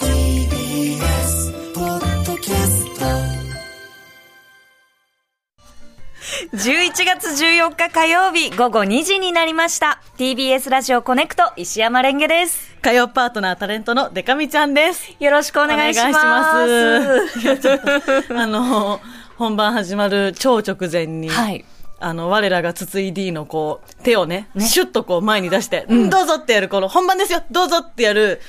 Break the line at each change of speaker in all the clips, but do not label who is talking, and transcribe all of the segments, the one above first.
TBS ポッドキャスト
11月14日火曜日午後2時になりました。TBS ラジオコネクト石山レンゲです。
火曜パートナータレントのデカミちゃんです。
よろしくお願いします。
お願いしますいや、ちょっと、あの、本番始まる超直前に、
はい。
あの、我らが筒井 D のこう、手をね、シュッとこう前に出して、うんどうぞってやる、この本番ですよ、どうぞってやる、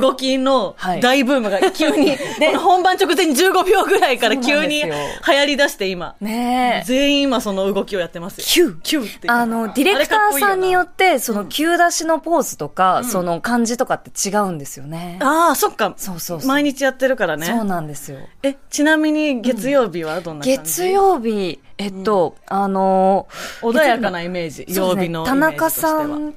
動きの
はい
大ブー ムが急に、この本番直前に15秒ぐらいから
そうな
急
んで
に
す
流
よ
行り出して今。
ねえ。
全員今その動きをやってますよ。
キュー
キューっていう。
あの、ディレクターさんによ
って。
って、その、急出しのポーズとか、その、漢字とかって違うんですよね。
ああ、そっか。
そうそうそう
毎日やってるからね。
そうなんですよ。
え、ちなみに月曜日はどんな感じ、
月曜日、えっと、あのー、
穏やかなイメージ、
そう
曜
です
日
ね
のイ
田
メージ
中
としては。
さん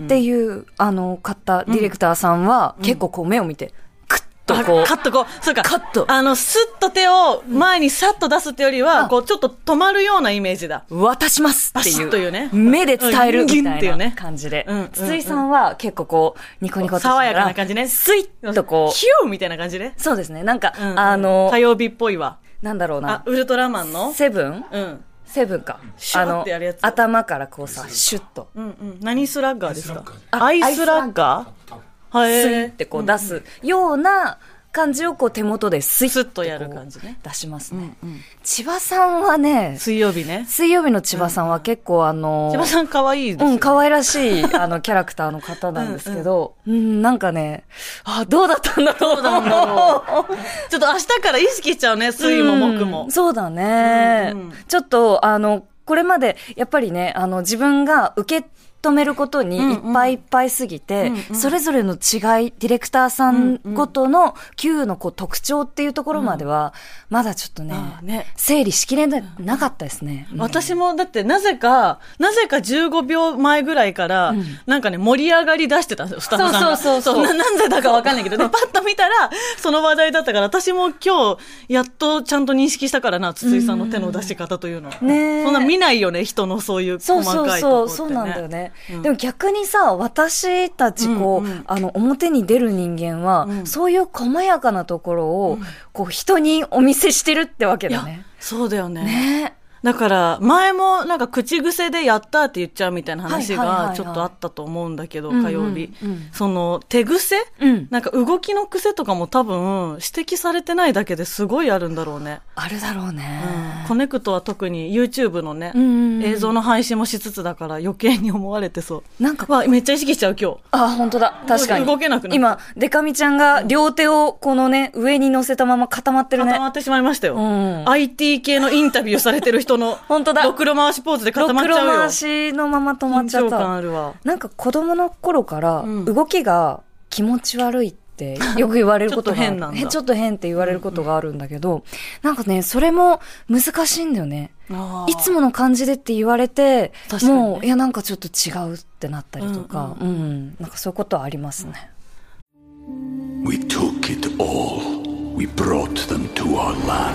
っていう、あの方、ディレクターさんは、結構こう目を見て、クッとこう
あカッとこう。そうか。
カッと
あの、スッと手を前にサッと出すってよりは、
あ
こう、ちょっと止まるようなイメージだ。
渡しますって
バシ
い
ッ
う。
というね
目で伝えるみ
ギュン
た
っていう
いな
ね
感じで
うんうんうん。
筒井さんは結構こう、ニコニコとしなが
爽
ら
やかな感じね。
スイッとこ
キ
う。
ューみたいな感じね。
そうですね。なんか、
うん
あの
火、曜日っぽいわ。
なんだろう
あ
な、。
ウルトラマンの
セブン
うん。
セブンか。
シュッてやるやつ
あの頭からこうさ、シュッと、
うんうん。何スラッガーですか
あ
アイスラッガーは
スイッ
い。
てこう出すような感じをこう手元でスイッ
スッ
て
とやる感じね
出しますね。千葉さんはね、
水曜日ね。
水曜日の千葉さんは結構あの、
千葉さん可愛いです
う
よ
ん、可愛らしい、あの、キャラクターの方なんですけど、うん、なんかね、あ、どうだったんだろう。どうなんだろう。
ちょっと明日から意識しちゃうね、水も木も。
そうだね、
うんうん
ちょっと、あの、これまで、やっぱりね、あの、自分が受け止めることにいっぱいいっぱいすぎて、それぞれの違い、ディレクターさんごとの Q のこう特徴っていうところまでは、まだちょっとね、
ああね
整理しきれななかったですね。うん
私もだってなぜか、なぜか15秒前ぐらいから、なんかね、盛り上がり出してたんですよ、スタッフさんが。
そうそうそうそう
ななんでだかわかんないけどね、パッと見たら、その話題だったから、私も今日、やっとちゃんと認識したからな、筒井さんの手の出し方というのは。
ねえ
そんな見ないよね、人のそういう
そ
細
うそう
かいとこ
そ
ろ
う、そ
って、ね。
うなんだよね。
ん
でも逆にさ、私たちこう、
うんうん
あの、表に出る人間は、
ん
そういう細やかなところを、こう、人にお見せしてるってわけ
い
だ
や
ね。、
そうだよね。
ね
だから、前もなんか口癖でやったって言っちゃうみたいな話
はいはいはいは
が
い
ちょっとあったと思うんだけど、
うんうん
火曜日
うん。
その手癖
うん
なんか動きの癖とかも多分指摘されてないだけですごいあるんだろうね。
あるだろうね。
コネクトは特に YouTube のね
うんうんうん、
映像の配信もしつつだから余計に思われてそう。
なんか
わ、めっちゃ意識しちゃう今日。
あ、本当だ。確かに。
動けなくなった
今、デカミちゃんが両手をこのね、上に乗せたまま固まってる
固
ね
ま。ってしまいましたよ。
うん
IT 系のインタビューされてる人の、
本当だ
ろくろ回しポーズで
ロ
固まっ
ッ
ち
クロ
ゃうよ。
回しのまま止まっちゃっ
緊張感あ
た。
るわ。
なんか子供の頃から
うん
動きが気持ち悪い ってよく言われることがある
ちょっと変なんだ
へちょっと変って言われることがあるんだけど、なんかね、それも難しいんだよね。いつもの感じでって言われて、
確かにね
もう、いやなんかちょっと違うってなったりとか、うん、なんかそういうことはありますね。
We took it all. We brought them to our land.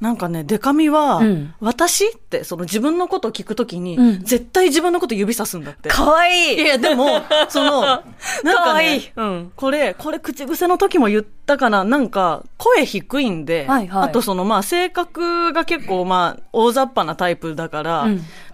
なんかね、デカミは、
ん
私って、その自分のことを聞くときに、絶対自分のこと指さすんだって。
かわいい
いやいや、でも、その、なんか、ね、
うん。
これ、これ口癖の時も言ったかな、なんか、声低いんで、
はいはい
あとその、まあ、性格が結構、まあ、大雑把なタイプだから、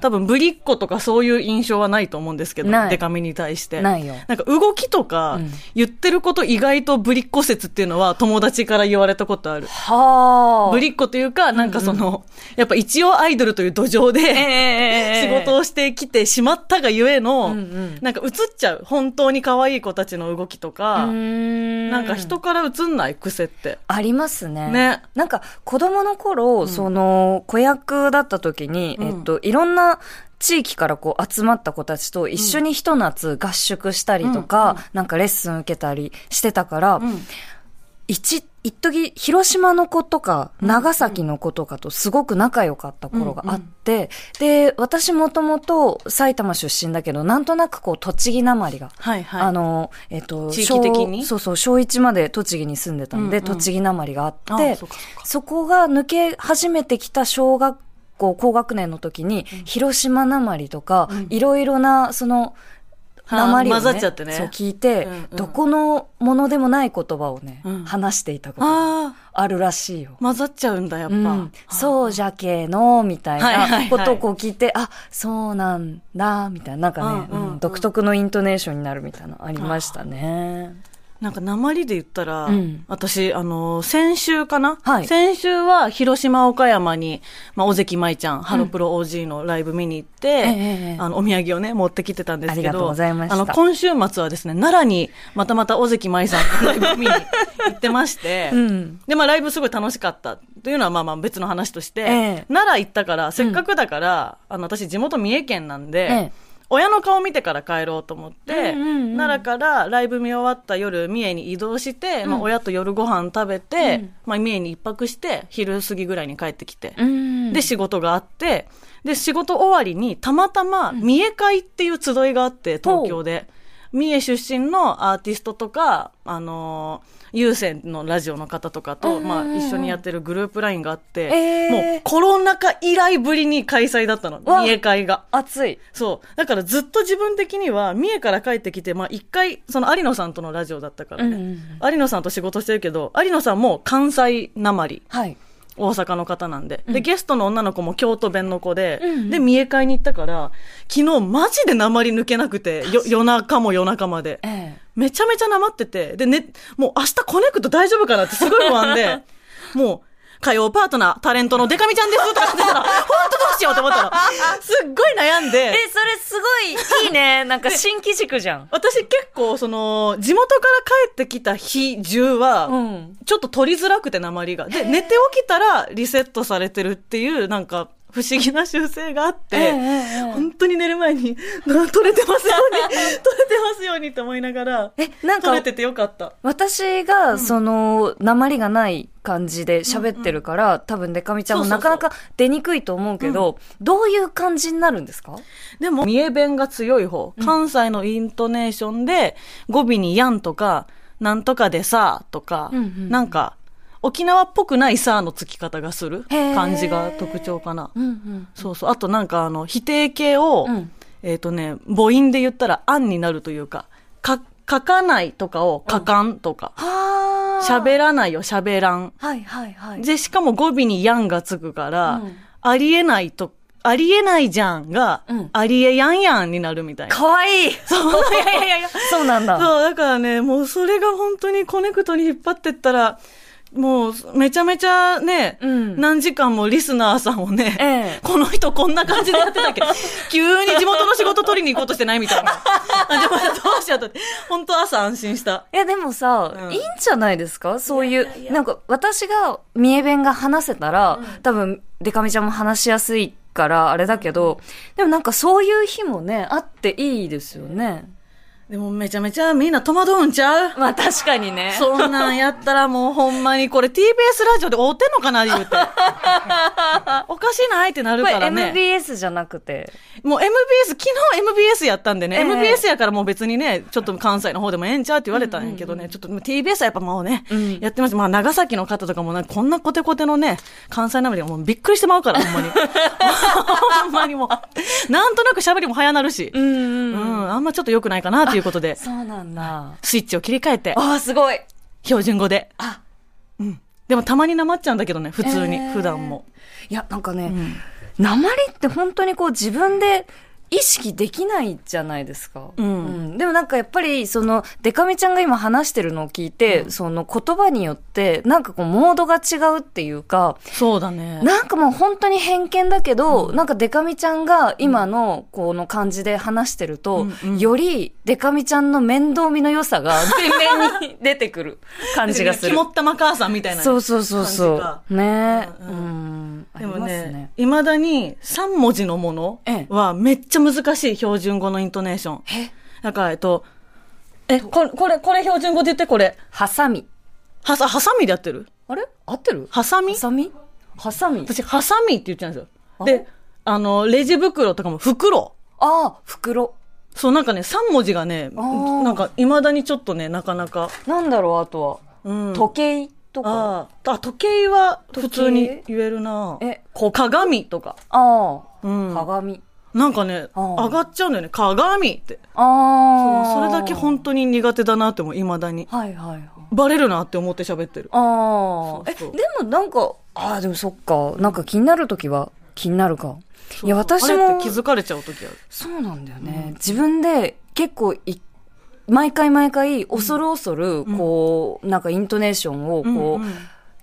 多分ぶりっ子とかそういう印象はないと思うんですけど
ない、
デカミに対して。
ないよ
なんか動きとか、言ってること意外とぶりっ子説っていうのは友達から言われたことある。
はあ。
ぶりっ子というか、なんかその、やっぱ一応アイドルという土壌で、 仕事をしてきてしまったがゆえの、なんか映っちゃう。本当に可愛い子たちの動きとか、なんか人から映んない癖って。
ありますね。
ね
なんか、子供の頃、その、子役だった時に、えっと、いろんな、地域からこう集まった子たちと一緒にひと夏合宿したりとか、なんかレッスン受けたりしてたから、一、一時、広島の子とか、長崎の子とかとすごく仲良かった頃があって、で、私もともと埼玉出身だけど、なんとなくこう、栃木なまりが、
はいはい
あの、えっ、と、
地域的に
小そうそう、小1まで栃木に住んでたんで、栃木なまりがあって
あそうかそうか
そこが抜け始めてきた小学校、高学年の時に、広島なまりとか、いろいろな、その、
はあ
なまりを、ね、
混ざっちゃってね
そう聞いて、
うんうん
どこのものでもない言葉をね、
ん
話していたことが
ああ、
あるらしいよ。
混ざっちゃうんだ、やっぱ。
うん、そうじゃけの、みたい
はいはいは
ないことをこう聞いて、あ、そうなんだ、みたいな、なんかね、
うんうんうん
うん独特のイントネーションになるみたいなのありましたね。
なんか鉛で言ったら、
ん
私、あの、先週かな、
はい
先週は広島、岡山に、まあ、尾関舞ちゃん、ハロプロ OG のライブ見に行って、
え
あの、お土産をね、持ってきてたんですけど、
ありがとうございました
あの、今週末はですね、奈良に、またまた尾関舞さんのライブ見に行ってまし て、
うん
で、まあ、ライブすごい楽しかったというのは、まあまあ別の話として、
ええ
奈良行ったから、せっかくだから、あの、私地元三重県なんで、
ええ
親の顔見てから帰ろうと思って、
うんうんうん
奈良からライブ見終わった夜、三重に移動して、まあ、親と夜ご飯食べて、まあ、三重に一泊して、昼過ぎぐらいに帰ってきて、
うん
で、仕事があって、で、仕事終わりに、たまたま、三重会っていう集いがあって、東京で。三重出身のアーティストとか、あのー、有線のラジオの方とかと、まあ、一緒にやってるグループラインがあって、
えー
もうコロナ禍以来ぶりに開催だったの、
わ
三重会が。
熱い。
そう。だからずっと自分的には、三重から帰ってきて、まあ一回、その有野さんとのラジオだったからね。
うんうん
有野さんと仕事してるけど、有野さんも関西なまり、
はい。
大阪の方なんで。で、ゲストの女の子も京都弁の子で、
うんうん
で、三重会に行ったから、昨日マジでなまり抜けなくて、よ夜中も夜中まで。
ええ。
めちゃめちゃなまってて、で、ね、もう明日コネクト大丈夫かなってすごい不安 で、もう、火曜パートナー、タレントのデカミちゃんですとかって 言ったら、ほんとどうしようって思ったら、すっごい悩んで
え、、それすごいいい ね。なんか新機軸じゃん。
私結構その、地元から帰ってきた日中は、
うん
ちょっと取りづらくて鉛が。で、寝て起きたらリセットされてるっていう、なんか、不思議な習性があって、
ええええ
本当に寝る前に、 な取れてますように、取れてますようにって思いながら、
えなんか
取れててよかった。
私が、その、鉛がない感じで喋ってるから、多分デカミちゃんも
そうそ
な
うそ
か
う
なか出にくいと思うけど、どういう感じになるんですか
でも、三重弁が強い方、関西のイントネーションで、語尾にやんとか、なんとかでさ、とか、
うんうん
なんか、沖縄っぽくないさのつき方がする
へー
感じが特徴かな。
うんうん。
そうそう。あとなんかあの、否定形を、
うん
えっ、とね、母音で言ったら、案になるというか、か、書かないとかを、書かんとか、
はあ。
喋らないよ、喋らん。
はいはいはい。
で、しかも語尾にやんがつくから、
うん
ありえないと、ありえないじゃんが、
うん
ありえやんやんになるみたいな。
かわいいそう。 いやいやいや。そうなんだ。
そう、だからね、もうそれが本当にコネクトに引っ張ってったら、もうめちゃめちゃね、
うん
何時間もリスナーさんをね、
ええ
この人こんな感じでやってた っけ急に地元の仕事取りに行こうとしてないみたいな。あでもどうしようと。本当朝安心した。
いやでもさ、
うん
いいんじゃないですかそういうなんか私が三重弁が話せたら、多分デカミちゃんも話しやすいからあれだけど、でもなんかそういう日もねあっていいですよね
でもめちゃめちゃみんな戸惑うんちゃう
まあ確かにね
そんなんやったらもうほんまにこれ TBS ラジオで会うてんのかな言うて。おかしいないってなる
これ
からね。
MBS じゃなくて
もう MBS、昨日 MBS やったんでね、
ええ
MBS やからもう別にね、ちょっと関西の方でもええんちゃうって言われたんやけどね、ちょっと TBS はやっぱもうね、やってました。まあ長崎の方とかもなんかこんなコテコテのね、関西なまりはもうびっくりしてまうから、ほん まに。ほんまにもう。なんとなく喋りも早なるし、うん、あんまちょっと良くないかなということで、
そうなんだ
スイッチを切り替えて、
あーすごい
標準語で。
あ
うん。でもたまになまっちゃうんだけどね、普通に、
えー
普段も。
いや、なんかね、鉛って本当にこう自分で意識できないじゃないですか。
ん
うでもなんかやっぱり、その、デカミちゃんが今話してるのを聞いて、その言葉によって、なんかこう、モードが違うっていうか、
そうだね。
なんかもう本当に偏見だけど、なんかデカミちゃんが今のこの感じで話してると、よりデカミちゃんの面倒見の良さが全面に出てくる感じがする
肝。ったマカーさんみたいな。
そうそうそうそ
感
う。ねえ。う
うん
ん。あ
で
り
も
ます
ね
ね、。
いまだに3文字のもの
ええ
はめっちゃ難しい標準語のイントネーション。
え
だから、えっと、え、これ、これ、これ標準語で言って、これ。
ハサミ。
はさ、ハサミでやってる
あれ合ってる
ハサミ
ハサミハサミ
私、ハサミって言っちゃうんですよ。で、あの、レジ袋とかも袋。
ああ、袋。
そう、なんかね、3文字がね、
ー
なんか、未だにちょっとね、なかなか。
なんだろう、あとは。
うん。
時計とか。
あーあ、時計は普通に
時
言えるな
え
こう、鏡とか。
ああ、
うん
鏡。
なんかね、
あー
上がっちゃうんだよね。鏡って。
ああ。
それだけ本当に苦手だなって思う、未だに。
はいはいはい。
バレるなって思って喋ってる。
ああ。
そ
え、
う
で
そう
もなんか、ああ、でもそっか。なんか気になるときは気になるか。いや、私
あれっ
も
て、気づかれちゃう時ある。
そうなんだよね。自分で結構い、毎回毎回、恐る恐る、こう、なんかイントネーションを、こう、
うんうん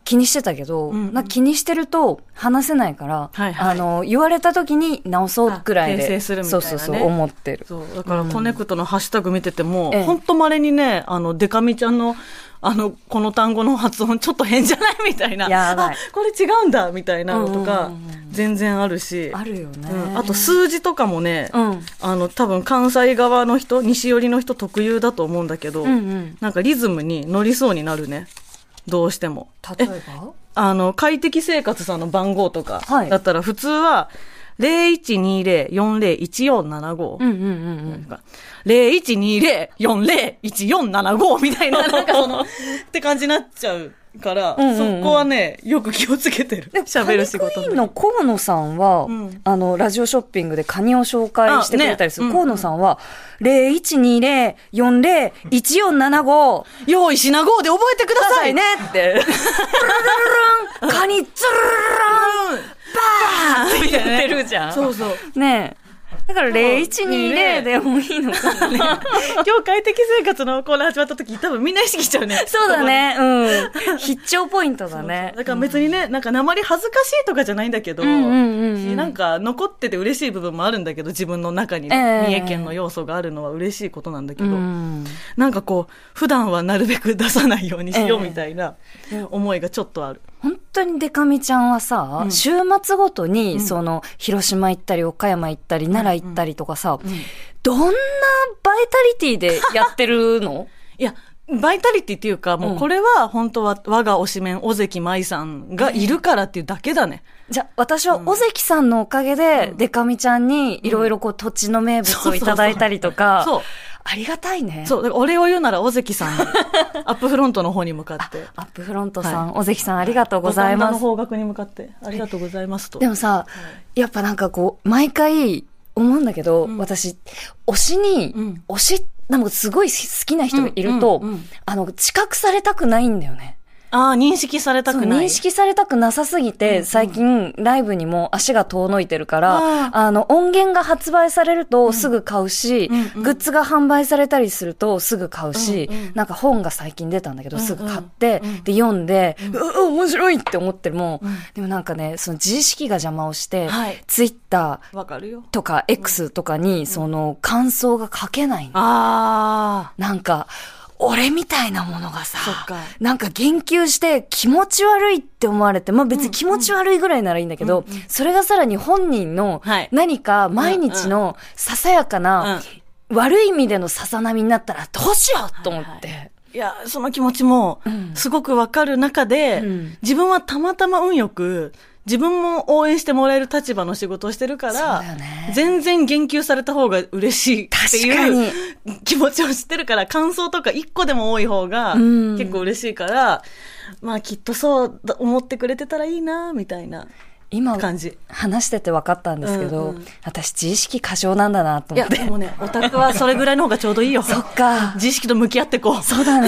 気にしてたけど、
んうん
なんか気にしてると話せないから、
はいは
あ
い
の、言われた時に直そうくらいで、
あ訂正するみたいなね
そうそうそう、思ってる。
そう、だからコネクトのハッシュタグ見てても、
ええ
ほんと稀にね、あの、デカミちゃんの、あの、この単語の発音ちょっと変じゃないみたいな。
やばい
あ、これ違うんだみたいなのとか
うんうん、
全然あるし。
あるよね。
うんあと数字とかもね、
うん
あの、多分関西側の人、西寄りの人特有だと思うんだけど、
うんうん
なんかリズムに乗りそうになるね。どうしても。
例え
え
ば
あの、快適生活さんの番号とか
はい、
だったら普通は、0120-401475。
うんうんうんうん。
なんか0120-401475みた いな、なんかその、って感じになっちゃうから、そこはね、よく気をつけてる。喋る仕事
カニクイーンの河野さんは、
ん
あの、ラジオショッピングでカニを紹介してくれたりする。
あね
河野さんは、0120-40-1475、
用意しなごうで覚えてく
く
だ
だ
さ
さ
い
い
ね
ねって。ルルルルルンカニ、ツルルルルンバーンって言ってるじゃん。
そうそう。
ねえ。だから0120
0120
でもいいの かな。
今日快適生活のコーナー始まった時、多分みんな意識しちゃうね。
そうだ。ね。うん。必聴ポイントだね。
だから別にね、なんか鉛恥ずかしいとかじゃないんだけど、
んうんうんうん
なんか残ってて嬉しい部分もあるんだけど、自分の中にね、
ええ
三重県の要素があるのは嬉しいことなんだけ
う
ど、
ん。
なんかこう、普段はなるべく出さないようにしよう
ええ
みたいな思いがちょっとある。
本当にデカミちゃんはさ、週末ごとに、その、広島行ったり、岡山行ったり、奈良行ったりとかさ、どんなバイタリティでやってるの
いや、バイタリティっていうか、もうこれは本当は我が推しメン、尾関舞さんがいるからっていうだけだね。
じゃあ、私は尾関さんのおかげで、デカミちゃんに、いろいろこう、土地の名物をいただいたりとか、
そうそうそう
ありがたいね。
そう、だから俺を言うなら尾関さん、アップフロントの方に向かって。
アップフロントさん、尾関さんありがとうございま
五反田の
す。
方角に向かって、ありがとうございますと。
でもさ、やっぱなんかこう、毎回思うんだけど、私、推しに、
ん
推し、なんかすごい好きな人がいると、
うんうんうん
あの、知覚されたくないんだよね。
ああ、認識された
そう
くない。
認識されたくなさすぎて、最近ライブにも足が遠のいてるから、
あー
あの、音源が発売されるとすぐ買うし、グッズが販売されたりするとすぐ買うし、なんか本が最近出たんだけど、すぐ買って、で、読んで、うわ面白いって思っても、でもなんかね、その自意識が邪魔をして
はい、
ツイッター
わかるよ。
とか X とかに、その、感想が書けないの
あ
なんか、俺みたいなものがさ
そっか、
なんか言及して気持ち悪いって思われて、まあ別に気持ち悪いぐらいならいいんだけど、それがさらに本人の
はい
何か毎日のささやかな、悪い意味でのささなみになったらどうしようと思って。
あ。いや、その気持ちも、すごくわかる中で、
うん
自分はたまたま運よく、自分も応援してもらえる立場の仕事をしてるか
そう
ら
だよ、ね
全然言及された方が嬉しいっていう気持ちを知ってるから、感想とか一個でも多い方が
ん
結構嬉しいから、まあきっとそうだ思ってくれてたらいいな、みたいな
今、
感じ。
話してて分かったんですけど、
うんう
私自意識過剰なんだなと
い
思
や、
って。
でもね、オタクはそれぐらいの方がちょうどいいよ。
そっか。
自意識と向き合ってこう。
そうだね。